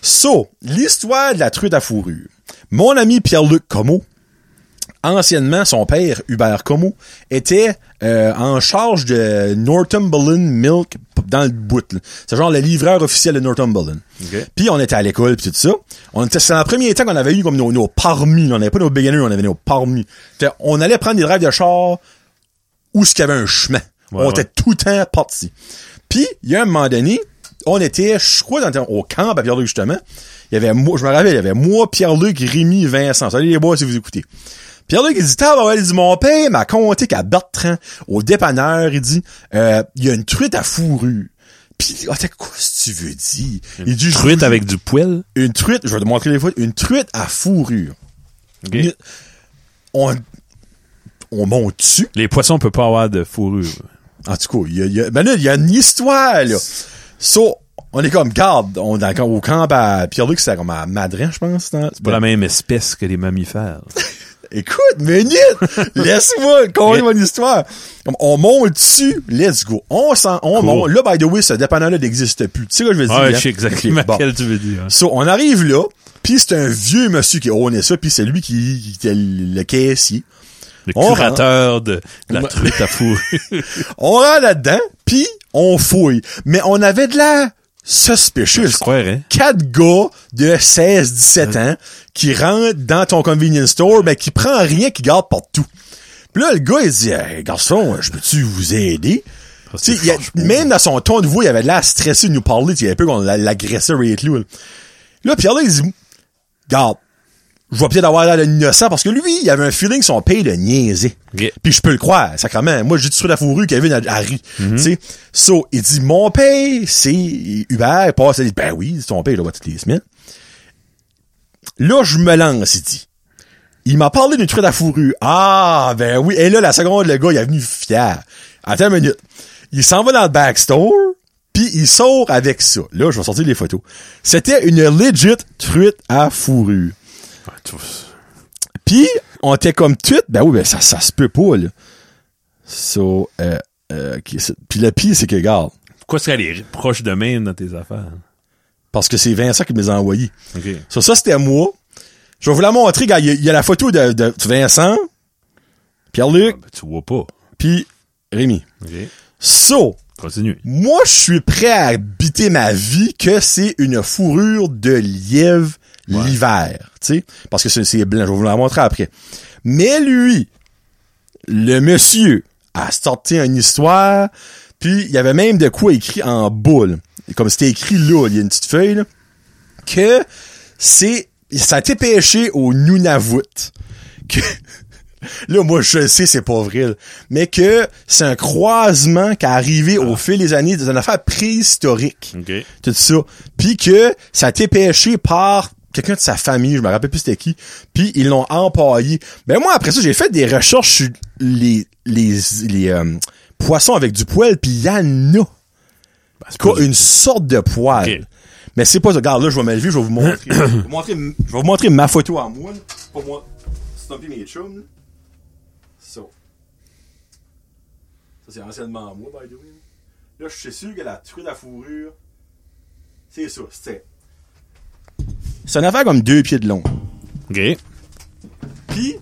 A: So, l'histoire de la truite à fourrure. Mon ami Pierre-Luc Comeau, anciennement son père, Hubert Comeau, était euh, en charge de Northumberland Milk p- dans le bout. là. C'est genre le livreur officiel de Northumberland.
B: OK.
A: Puis on était à l'école puis tout ça. On était c'est dans le premier temps qu'on avait eu comme nos, nos parmi, là. on n'avait pas nos beginners, on avait nos parmi. Fait, on allait prendre des drives de char où ce qu'il y avait un chemin.
B: Ouais,
A: on
B: ouais.
A: était tout le temps partis. Puis, il y a un moment donné, on était, je crois, dans, au camp à Pierre-Luc, justement. Il y avait moi, je me rappelle, il y avait moi, Pierre-Luc, Rémi, Vincent. Salut les boys si vous écoutez. Pierre-Luc, il dit, ah, bah, ouais, il dit, mon père m'a conté qu'à Bertrand, au dépanneur, il dit, euh, il y a une truite à fourrure. Puis, il dit, ah, t'as quoi, si tu veux dire? il dit, Je-
B: Truite avec du poil.
A: une truite, je vais te montrer les photos, une truite à fourrure.
B: OK.
A: Une- on, on monte dessus.
B: Les poissons peuvent pas avoir de fourrure.
A: En tout cas, il y a, il y a- ben là, il y a une histoire, là. So, on est comme, garde, on est au camp à Pierre-Luc, c'est comme à Madrin, je pense. hein?
B: Pas la même espèce que les mammifères.
A: Écoute, minute! Laisse-moi conter mon histoire. Comme, On monte dessus, let's go. On s'en, on
B: Cool.
A: monte. Là, by the way, ce dépanneur-là n'existe plus. Tu sais quoi je veux dire?
B: Ah,
A: hein?
B: je sais exactement
A: Ok, bon.
B: quel tu veux dire. hein.
A: So, on arrive là, puis c'est un vieux monsieur qui ownait ça, puis c'est lui qui, qui était le caissier.
B: Le
A: On
B: curateur de la
A: Ouais.
B: truite à fourrure.
A: On rentre là-dedans, puis on fouille. Mais on avait de la suspicious.
B: Je croirais.
A: quatre gars de 16, 17 ans qui rentrent dans ton convenience store, mais qui prend rien, qui garde partout. Puis là, le gars, il dit, hey, garçon, je peux-tu vous aider?
B: Parce
A: Tu sais,
B: que
A: il y a-
B: franchement-
A: même dans son ton de voix, il avait de l'air stressé de nous parler, tu sais, il y avait un peu qu'on l'a- l'agressait, Ray Clou. Là, Pierre, là, il dit, garde, je vais peut-être avoir l'air d'un innocent, parce que lui, il avait un feeling que son père le niaisait.
B: Ok.
A: Puis je peux le croire, sacrément. Moi, j'ai dit sur la fourrure Kevin a, a ri. Tu sais, so, il dit, mon père, c'est Hubert, passe, il dit, ben oui, c'est ton père, il le voit toutes les semaines. Là, je me lance, il dit. Il m'a parlé d'une truite à fourrure. Ah, ben oui. Et là, la seconde, le gars, il est venu fier. Attends une minute. Il s'en va dans le backstore, puis il sort avec ça. Là, je vais sortir les photos. C'était une legit truite à fourrure.
B: Ah, tu vois,
A: Puis, on était comme tout. Ben oui, ben ça, ça se peut pas, là. So, euh, euh, qui c'est- puis le pire, c'est que, regarde,
B: Pourquoi est-ce qu'elle est proche de même dans tes affaires?
A: parce que c'est Vincent qui me les a envoyés.
B: OK.
A: So, ça, c'était moi. Je vais vous la montrer, gars. Il y, a- il y a la photo de, de Vincent, Pierre-Luc,
B: Ah, ben, tu vois pas.
A: puis Rémi.
B: OK.
A: So,
B: Continue.
A: moi, je suis prêt à habiter ma vie que c'est une fourrure de lièvre l'hiver, tu sais, parce que c'est- c'est blanc, je vais vous la montrer après. Mais lui, le monsieur, a sorti une histoire, puis il y avait même de quoi écrit en boule, comme c'était écrit là, il y a une petite feuille, là, que c'est, ça a été pêché au Nunavut. Que, Là, moi, je le sais, c'est pas vrai. là. Mais que c'est un croisement qui est arrivé au fil des
B: Ben,
A: années dans une affaire préhistorique.
B: OK.
A: Tout ça. Puis que ça a été pêché par quelqu'un de sa famille, je me rappelle plus c'était qui, puis ils l'ont empaillé. Mais moi, après ça, j'ai fait des recherches sur les, les, les euh, poissons avec du poil, puis il y en a.
B: c'est
A: Quoi,
B: pas-
A: une sorte de poil.
B: Ok.
A: Mais c'est pas ça. Regarde, là, je vais m'élever, je vais vous montrer. je, vais vous montrer m- je vais vous montrer ma photo à moi. là. C'est Pas moi. Stomper mes chums. là. Ça. Ça, c'est anciennement à moi, by the way. Là, je suis sûr que la truite à fourrure. C'est ça, c'était. C'est une affaire comme deux pieds de long.
B: OK.
A: Puis,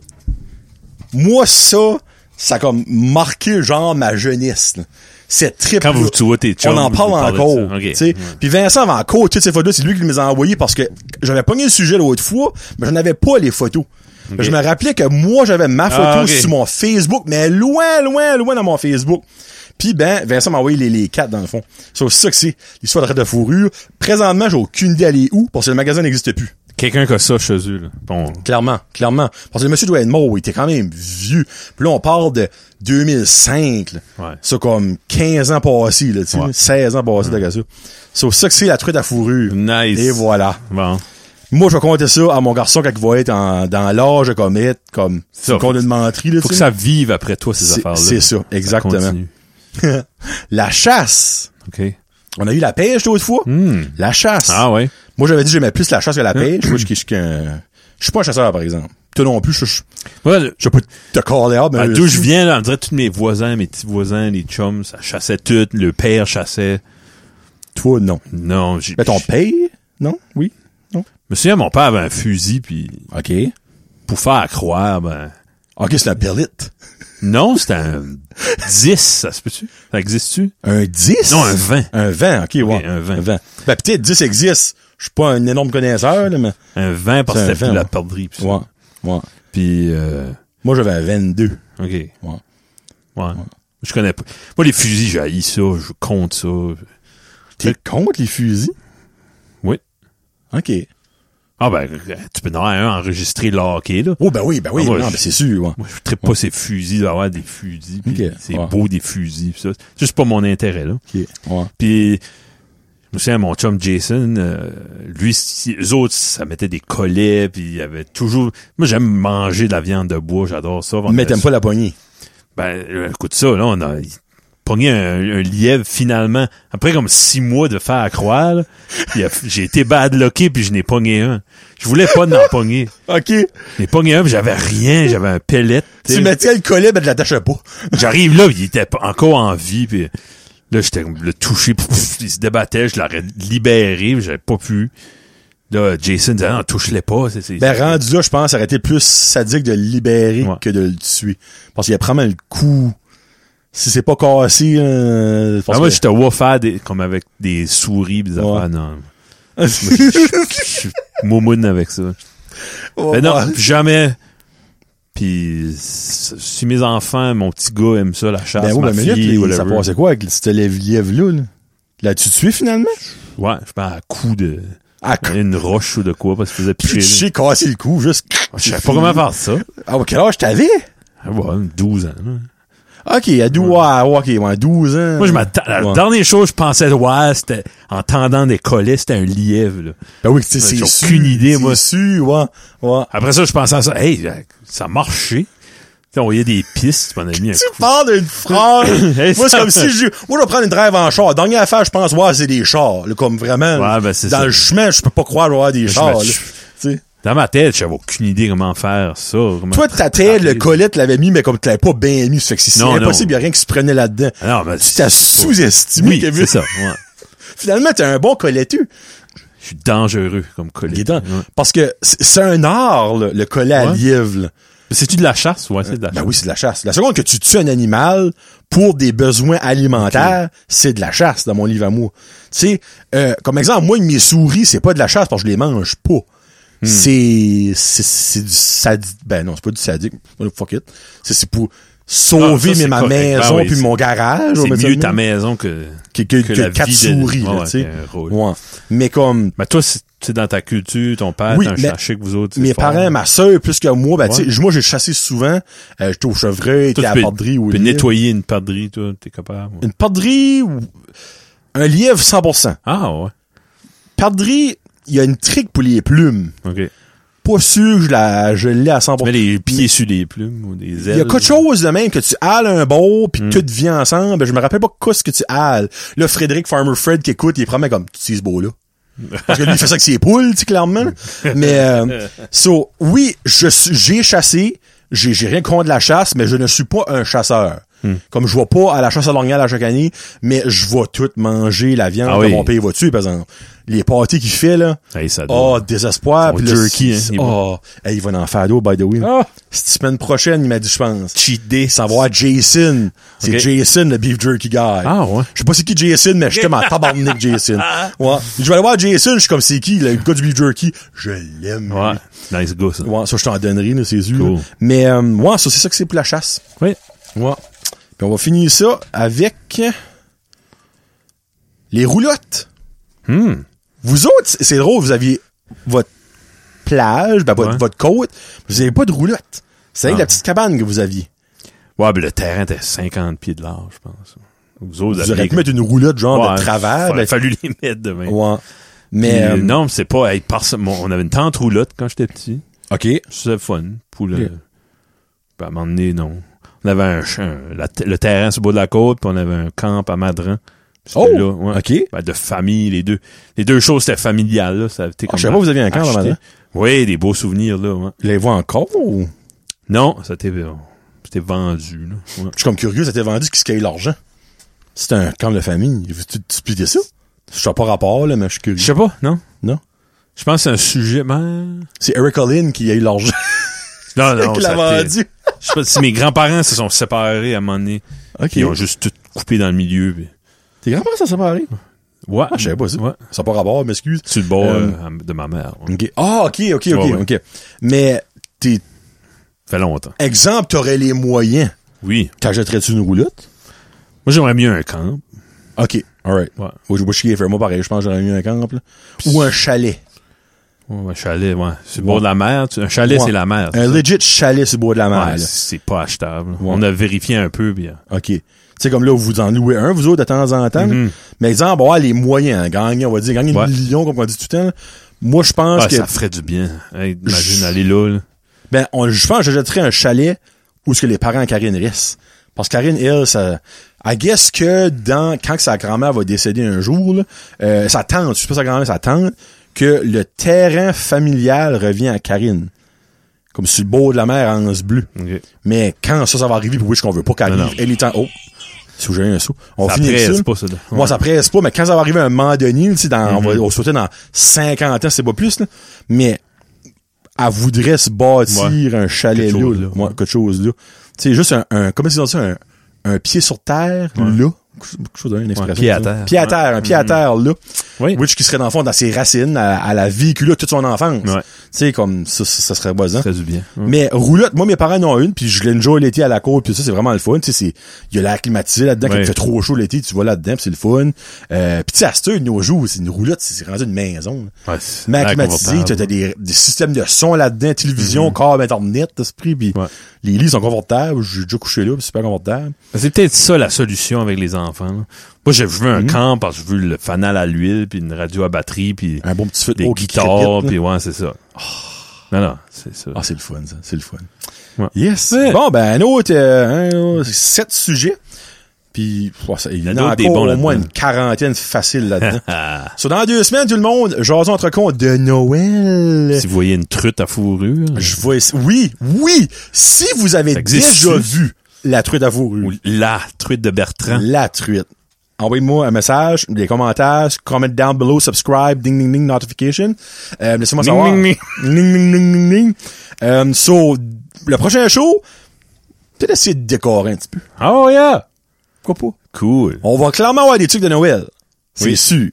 A: moi, ça, ça a comme marqué, genre, ma jeunesse. là. Cette trip
B: Quand vous tuez tes chums,
A: on en
B: vous
A: parle
B: parlez de
A: encore.
B: ça. OK.
A: tu sais. Puis Vincent avait encore toutes ces photos, c'est lui qui les a envoyées parce que j'avais pogné le sujet l'autre fois, mais j'en avais pas les photos. Je me rappelais que moi j'avais ma photo
B: Ah, OK.
A: sur mon Facebook, mais loin, loin, loin dans mon Facebook. Puis ben, Vincent m'a envoyé les, les quatre dans le fond. C'est aussi ça que c'est l'histoire de raide de fourrure. Présentement, j'ai aucune idée aller où parce que le magasin n'existe plus.
B: Quelqu'un qui a ça chez eux, là. Bon.
A: Clairement, clairement. Parce que le monsieur doit être mort, il était quand même vieux. Puis là, on parle de 2005. là.
B: Ouais.
A: Ça, comme 15 ans passés, là, tu sais,
B: Ouais. Mm.
A: 16 ans passés, de ça. C'est ça que c'est la truite à fourrure.
B: Nice.
A: Et voilà.
B: Bon.
A: Moi, je vais compter ça à mon garçon quand il va être en- dans l'âge de commettre, comme,
B: Ça,
A: c'est qu'on a une menterie, là,
B: Faut
A: tu
B: que
A: sais.
B: ça vive après toi, ces
A: C'est-
B: affaires-là.
A: c'est ça, exactement.
B: continue.
A: La chasse.
B: OK.
A: On a eu la pêche l'autre fois.
B: Hmm.
A: La chasse.
B: Ah Hein? ouais.
A: Moi, j'avais dit, j'aimais plus la chasse que la pêche. Moi, je, je- je- je suis pas un chasseur, par exemple. Toi non plus, je, je,
B: Moi, le-
A: je Euh, peux te caller out, mais
B: ben, d'où je viens, là, on dirait tous mes voisins, mes petits voisins, les chums, ça chassait tout. Le père chassait.
A: Toi, non.
B: Non, j'ai...
A: Mais ton
B: Je
A: père? Non? Oui?
B: me souviens, mon père avait un fusil, puis
A: OK.
B: pour faire croire, ben...
A: OK, c'est un perlite.
B: Non, c'était un 10, ça se peut-tu? Ça existe-tu?
A: Un 10?
B: Non, un 20.
A: Un 20, OK, ouais.
B: un 20.
A: Ben, peut-être 10 existe. Je suis pas un énorme connaisseur, là, mais...
B: Un 20 parce
A: C'est
B: que
A: un
B: c'était
A: 20,
B: plus la
A: ouais.
B: perdrix. Puis, ça.
A: Ouais, ouais.
B: puis euh,
A: Moi, j'avais un 22.
B: OK. Ouais.
A: Ouais.
B: Je connais pas. Moi, les fusils, j'haïs ça, je compte ça.
A: T'es contre les fusils?
B: Oui.
A: OK.
B: Ah ben, tu peux en avoir un enregistré le hockey, là.
A: Oh, ben oui, ben oui.
B: Ah, moi,
A: non,
B: je-
A: mais c'est sûr, ouais.
B: Moi, je tripe pas ces fusils, d'avoir des fusils. puis
A: Ok,
B: C'est
A: ouais.
B: beau, des fusils, puis ça. C'est juste pas mon intérêt, là.
A: OK, ouais.
B: Puis, je me souviens, mon chum Jason, euh, lui, si- eux autres, ça mettait des collets, puis il y avait toujours... Moi, j'aime manger de la viande de bois, j'adore ça. On
A: Mais
B: avait
A: t'aimes pas la poignée.
B: Ben, euh, écoute ça, là, on a pogné un, un lièvre finalement. Après comme six mois de faire à croire, là, il a- j'ai été badlocké puis je n'ai pogné un. Je voulais pas n'en pogner.
A: OK.
B: Je n'ai pogné un puis j'avais rien, j'avais un pellet.
A: Tu
B: t'sais.
A: mettais le collet, ben, tu l'attachais pas.
B: J'arrive là, il était pas- encore en vie puis là, j'étais comme le touché, pff, pff, il se débattait, je l'aurais libéré, mais j'avais pas pu. Là, Jason disait, non, touche-les pas. c'est- c'est-
A: Ben, rendu là, je pense, ça aurait été plus sadique de le libérer
B: Ouais.
A: que de le tuer. Parce qu'il y a probablement le coup. Si c'est pas cassé, euh, je pense
B: Ah, moi,
A: que-
B: j'étais vois faire des- comme avec des souris, pis des
A: Ouais.
B: affaires, non. Je moumoune avec ça.
A: Ouais,
B: Ben non,
A: ouais.
B: jamais. Puis s- si mes enfants, mon petit gars aime ça, la chasse,
A: Ben oui,
B: ma
A: ben minute,
B: fille,
A: les-
B: whatever.
A: ça passait quoi avec cette lièvre-là? Là? L'as-tu tué finalement?
B: Ouais, je pense à coup de
A: Ah,
B: une roche ou de quoi parce que faisait
A: tu
B: picher.
A: sais, cassé le cou, juste...
B: là. Ah, Je savais pas comment faire ça.
A: Ah, ouais, quel âge t'avais?
B: Ah Ouais, 12 ans. là.
A: Ok, à 12, ouais, ouais, ok, ouais, 12 ans.
B: Moi, je m'attends. La
A: Euh, Ouais.
B: dernière chose, je pensais, ouais, c'était en tendant des collets, c'était un lièvre. là.
A: Ben oui, tu sais, c'est
B: J'ai
A: sûr,
B: aucune idée,
A: c'est
B: moi.
A: sûr, ouais, ouais.
B: Après ça, je pensais à ça. Hey, euh, ça marchait. Tu sais, on voyait des pistes, on a mis un
A: Tu
B: coup.
A: parles d'une phrase.
B: Hey,
A: moi, c'est
B: ça-
A: comme si je, moi, je vais prendre une drive en char. Dernière affaire, je pense, ouais, c'est des chars, là, comme vraiment.
B: Ouais, ben, c'est
A: dans
B: ça.
A: le chemin, je peux pas croire avoir des
B: je
A: chars,
B: me-
A: là.
B: je-
A: Tu sais.
B: Dans ma tête, j'avais aucune idée comment faire ça. comment
A: Toi, ta tête, le
B: rattraper.
A: collet, tu l'avais mis, mais comme tu l'avais pas bien mis, ça fait que si c'est
B: Non, non.
A: impossible, il y a rien qui se prenait là-dedans.
B: Ah Non, mais
A: Tu t'as sous-estimé,
B: Oui,
A: Kevin.
B: c'est ça. ouais.
A: Finalement, t'es un bon colletu.
B: Je suis dangereux comme collet.
A: Gaétan, Parce que c'est c'est un art, là, le collet à
B: Ouais.
A: lièvre. là.
B: C'est-tu de la chasse? Ouais, c'est de la
A: Ben
B: chasse.
A: oui, c'est de la chasse. La seconde que tu tues un animal pour des besoins alimentaires, c'est de la chasse dans mon livre à moi. Tu sais, euh, comme exemple, moi, mes souris, c'est pas de la chasse parce que je les mange pas.
B: Hmm.
A: C'est, c'est, c'est du sadique. Ben non, c'est pas du sadique. Fuck it. C'est, c'est pour sauver
B: Ah, ça,
A: mes-
B: c'est
A: ma
B: correct. Ben
A: maison
B: oui,
A: puis
B: c'est-
A: mon garage. on va
B: C'est
A: mettre ça
B: mieux
A: de
B: ta
A: même,
B: maison que,
A: que, que, que quatre
B: vie de-
A: souris, là,
B: Ouais,
A: tu sais.
B: ouais, un rôle.
A: Ouais. Mais comme,
B: Mais toi, c'est c'est dans ta culture, ton père,
A: Oui,
B: t'es un
A: mais-
B: chaché que vous autres. c'est
A: mes
B: fort.
A: parents, ma soeur, plus que moi, ben,
B: Ouais.
A: tu sais, moi, j'ai chassé souvent, euh, j'étais au chevreuil, j'étais
B: Toi,
A: à
B: tu
A: la
B: peux,
A: padrie ou
B: tu peux nettoyer une padrie, toi, t'es capable. ouais.
A: Une padrie ou un lièvre 100%.
B: Ah, ouais.
A: Padrie, il y a une trick pour les plumes.
B: OK.
A: Pas sûr que je la, je l'ai à 100%.
B: Tu mets les pieds sur des plumes ou des
A: Il
B: ailes. Hmm.
A: y a quelque chose de même que tu hales un bol puis tout vient ensemble. Ben, Je me rappelle pas quoi ce que tu hales. Là, Frédéric Farmer Fred qui écoute, il est probablement comme, tu sais ce beau-là. Parce que lui, il fait ça avec ses poules, tu sais, clairement. Mais, euh, so, oui, je suis- j'ai chassé. J'ai j'ai rien contre la chasse, mais je ne suis pas un chasseur.
B: Hmm.
A: Comme je vais pas à la chasse à l'orignal à chaque année, mais je vais tout manger la viande
B: Ah
A: que
B: oui.
A: mon pays va tuer, par exemple. Les pâtés qu'il fait, là.
B: Hey, ça doit.
A: Oh, désespoir.
B: Son
A: Puis le
B: jerky, hein, il est
A: Oh, hey, il va en faire d'eau, by the way.
B: Ah!
A: Cette semaine prochaine, il m'a dit, je pense.
B: Cheat day.
A: Sans voir Jason. C'est
B: Ok.
A: Jason, le beef jerky guy.
B: Ah, ouais.
A: Je sais pas c'est qui Jason, mais je suis ma tabarnak Jason. Ouais. Je vais aller voir Jason, je suis comme c'est qui, le gars du beef jerky. Je l'aime.
B: Ouais. Nice go, ça.
A: Ouais, ça, je t'en donnerai, là, ses yeux.
B: Cool.
A: là. Mais, euh, ouais, ça, c'est ça que c'est pour la chasse.
B: Oui.
A: Ouais. Puis on va finir ça avec les roulottes.
B: Hmm.
A: Vous autres, c'est- c'est drôle, vous aviez votre plage, ben, votre,
B: Ouais.
A: votre côte, vous avez pas de roulotte. C'est avec
B: Ah.
A: la petite cabane que vous aviez.
B: Ouais, mais le terrain était 50 pieds de large, je pense. Vous autres,
A: Vous auriez pu mettre une roulotte genre de travers.
B: Il
A: ben,
B: a fallu les mettre demain.
A: Ouais. Mais,
B: Puis,
A: euh,
B: euh, non, mais c'est pas. hey, parce- mon- on avait une tente roulotte quand j'étais petit.
A: OK.
B: C'était le fun. Pour le,
A: Yeah.
B: Puis à un moment donné, non. On avait un champ, la te- le terrain sur le bas de la côte, puis on avait un camp à Madran. Puis c'était
A: Oh!
B: là, ouais.
A: OK.
B: Ben, de famille, les deux. Les deux choses, c'était familial, là. Ça,
A: Ah, je savais pas que vous aviez un camp à Madran.
B: Oui, des beaux souvenirs, là. ouais.
A: Les vois encore ou?
B: Non, ça t'est, euh, c'était vendu, là. Ouais.
A: Je suis comme curieux, ça t'est vendu ce qui se caille l'argent. C'est un camp de famille. Veux-tu tu expliquer ça? Je sais pas rapport, là, mais je suis
B: Je
A: curieux.
B: sais pas, non?
A: Non?
B: Je pense que c'est un sujet, ben...
A: C'est Eric Collin qui a eu l'argent,
B: Non, non,
A: qui
B: ça
A: l'a
B: t'est-
A: vendu.
B: Je sais pas si mes grands-parents se sont séparés à un moment donné.
A: OK.
B: Puis ils ont juste tout coupé dans le milieu. puis-
A: Tes grands-parents, ça s'est pas arrivé?
B: Ouais.
A: Ah, je savais pas ça.
B: Ouais.
A: Ça n'a pas rapport, m'excuse.
B: Sur le bord
A: Euh,
B: euh, de ma mère. ouais.
A: OK. Ah, OK, OK, OK,
B: Ouais, ouais.
A: OK. Mais, t'es,
B: Ça fait longtemps.
A: exemple, t'aurais les moyens.
B: Oui.
A: T'achèterais-tu une roulotte?
B: Moi, j'aimerais mieux un camp.
A: OK. Alright.
B: Ouais.
A: Moi, je vois chier, faire moi pareil. Je pense que j'aurais eu un camp, là. Ou un chalet.
B: Ouais, un chalet, ouais. C'est le bord de la mer. tu- Un chalet,
A: Ouais.
B: c'est la mer.
A: Un legit chalet sur le bois de la mer,
B: Ouais,
A: là.
B: c'est pas achetable. On a vérifié un peu, euh, bien.
A: OK. C'est comme là, vous en louez un, vous autres, de temps en temps. Mais exemple, ouais, les moyens, hein. gagner, on va dire, gagner
B: Mm-hmm. Ouais.
A: une million, comme on dit tout le temps. là. Moi, je pense
B: Ah,
A: que,
B: ça ferait du bien. Hey, imagine
A: Je-
B: aller là, là.
A: ben, on, je pense que j'achèterais un chalet où ce que les parents à Karine restent. Parce que Karine, elle, ça, I guess que dans, quand que sa grand-mère va décéder un jour, là, euh, sa tante, je sais pas sa grand-mère, sa tante, que le terrain familial revient à Karine. Comme sur le bord de la mer en ce bleu.
B: Ok.
A: Mais quand ça, ça va arriver, puis oui, qu'on veut pas qu'elle
B: Non, non.
A: arrive, elle est en haut. Si j'ai un sou. On
B: Ça
A: finit avec
B: presse
A: ça.
B: pas, ça, là.
A: Moi,
B: Ouais. Mhm.
A: ça presse pas, mais quand ça va arriver à un moment donné, tu sais, dans, on va, on sauter dans 50 ans, c'est pas plus, là. Mais, elle voudrait se bâtir un chalet
B: Quelque
A: là,
B: chose,
A: là.
B: là.
A: Ouais, quelque chose là. Tu sais, juste un, un- comment ils ont ça, un, un pied sur terre, là. Quelque chose, une expression.
B: pied à
A: comme ça.
B: terre.
A: Pied à
B: Ouais. Mhm.
A: terre, un pied à terre, là.
B: Oui.
A: Which qui serait dans le fond, dans ses racines, à, à la vie qu'il a toute son enfance.
B: Ouais.
A: Tu sais, comme, ça, ça, ça serait voisin.
B: Ça ferait du bien. Ouais.
A: Mais roulotte, moi mes parents en ont une, puis je l'enjoy l'été à la cour, puis ça c'est vraiment le fun. Tu sais, c'est il y a l'air climatisé là-dedans quand
B: Ouais.
A: il fait trop chaud l'été, tu vas là-dedans, puis c'est le fun. Euh, puis tu sais, à cette heure, de nos jours, c'est une roulotte, c'est c'est rendu une maison. là.
B: Ouais, c'est
A: Mais
B: l'air
A: climatisé,
B: confortable. Mm-hmm.
A: t'as t'as des, des systèmes de son là-dedans, télévision, câble, internet, t'as ce prix, puis
B: Ouais.
A: les lits sont confortables. J'ai déjà couché là, puis c'est super confortable.
B: C'est peut-être ça la solution avec les enfants. là. Moi, j'ai vu
A: Mhm.
B: un camp parce que je veux le fanal à l'huile, puis une radio à batterie, puis
A: Un bon petit feu de
B: des
A: haut qui crépite,
B: guitares,
A: là.
B: puis ouais, c'est ça. Non, non, c'est ça.
A: Ah, c'est le fun, ça. C'est le fun.
B: Ouais.
A: Yes.
B: Ouais.
A: Bon, ben, un autre, euh, un autre, sept sujets. Puis, oh, ça- il y en
B: Il y
A: a
B: en a
A: encore
B: des bons
A: au moins
B: là-dedans.
A: une quarantaine facile là-dedans. so, dans deux semaines, tout le monde, jason entre cons de Noël.
B: si vous voyez une truite à fourrure,
A: Je vois, ici- oui, oui, si vous avez
B: Ça existe,
A: déjà
B: si?
A: vu la truite à
B: ou
A: fourrure,
B: la truite de Bertrand,
A: la truite, envoyez-moi un message, des commentaires, comment down below, subscribe, ding, ding, ding, notification. Euh, laissez-moi
B: Ding,
A: savoir.
B: ding, ding.
A: Ning, ning, ning, ning, ning. Euh, so, le prochain show, peut-être essayer de décorer un petit peu.
B: oh yeah,
A: Pourquoi pas?
B: cool.
A: On va clairement avoir des trucs de Noël. C'est
B: Oui.
A: sûr.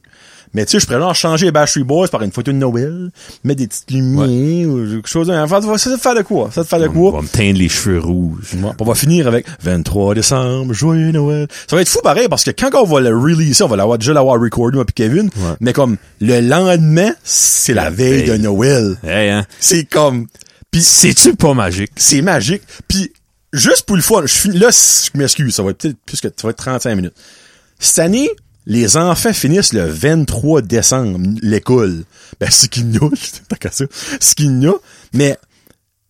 A: Mais tu sais, je pourrais genre changer les Battery Boys par une photo de Noël, mettre des petites lumières ou quelque chose. Enfin, ça te faire de quoi? Ça te faire de
B: On
A: quoi?
B: va me teindre les cheveux rouges.
A: Ouais, on va finir avec 23 décembre, joyeux Noël. Ça va être fou pareil parce que quand on va le releaser, on va l'avoir déjà l'avoir recordé moi puis Kevin,
B: Ouais.
A: mais comme le lendemain, c'est la,
B: La
A: veille, de
B: veille.
A: Noël.
B: Hey, hein?
A: C'est comme
B: Puis c'est-tu pas magique?
A: c'est magique. Puis juste pour le fun, je finis là, c- je m'excuse, ça va être peut-être plus que ça va être 35 minutes. Cette année, Les enfants finissent le 23 décembre l'école. Ben, c'est qu'il n'y a, tant qu'à ça, c'est qu'il n'y a. Mais,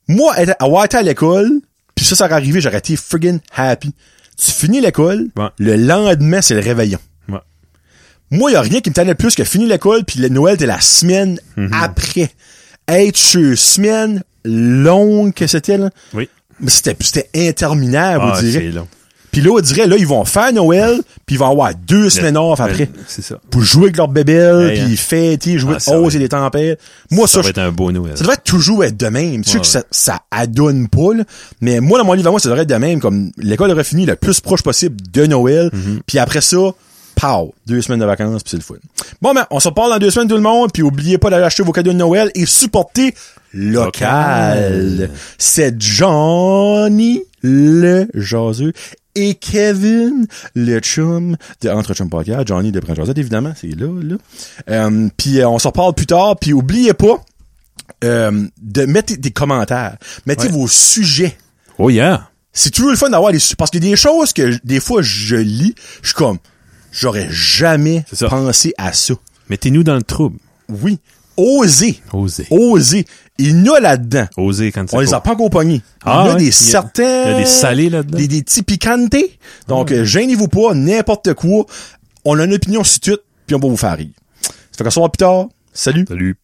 A: moi, être- avoir été à l'école, puis ça, ça aurait arrivé, j'aurais été friggin' happy. Tu finis l'école,
B: Ouais.
A: le lendemain, c'est le réveillon.
B: Ouais.
A: Moi, il a rien qui me tannait plus que finir l'école, puis le Noël, t'es la semaine après. Être sur semaine longue que c'était, là.
B: Oui.
A: Mais c'était, c'était interminable,
B: Ah,
A: on dirait.
B: c'est long.
A: Puis là, on dirait, là, ils vont faire Noël, puis ils vont avoir deux semaines off après
B: C'est ça.
A: pour jouer avec leur bébelle,
B: Hey,
A: puis fêter, jouer
B: Ah,
A: de
B: ça
A: hausse
B: va
A: et des tempêtes. Moi,
B: Ça
A: ça,
B: va être
A: je-
B: un beau Noël.
A: ça devrait toujours être de même. Tu sais
B: Ouais,
A: que ça, ça adonne pas, là. Mais moi, dans mon livre à moi, ça devrait être de même. Comme l'école aurait fini le plus proche possible de Noël,
B: Mm-hmm.
A: puis après ça, pow, deux semaines de vacances, puis c'est le fun. Bon, ben, on se reparle dans deux semaines, tout le monde, puis oubliez pas d'aller acheter vos cadeaux de Noël et supporter local.
B: Local.
A: C'est Johnny le jaseux et Kevin le chum de Entre Chum Podcast. Johnny de Prince Josette, évidemment, c'est là, là. Euh, puis euh, on s'en parle plus tard. Puis oubliez pas euh, de mettre des commentaires. Mettez
B: Ouais.
A: vos sujets.
B: Oh yeah.
A: C'est toujours le fun d'avoir des sujets. Parce qu'il y a des choses que, j- des fois, je lis, je suis comme, j'aurais jamais
B: C'est ça.
A: pensé à ça.
B: Mettez-nous dans le trouble.
A: Oui. Osez.
B: Osez.
A: Osez. Il y en a là-dedans.
B: Osez quand c'est
A: Oh. On les
B: pas-
A: a pas encore pognés.
B: Ah
A: il y a
B: ouais,
A: des
B: il y a-
A: certains.
B: il y a des salés là-dedans.
A: Des, des petits piquantés. Donc, euh, gênez-vous pas, n'importe quoi. On a une opinion sur tout, puis on va vous faire rire. Ça fait qu'on se voit plus tard. Salut.
B: Salut.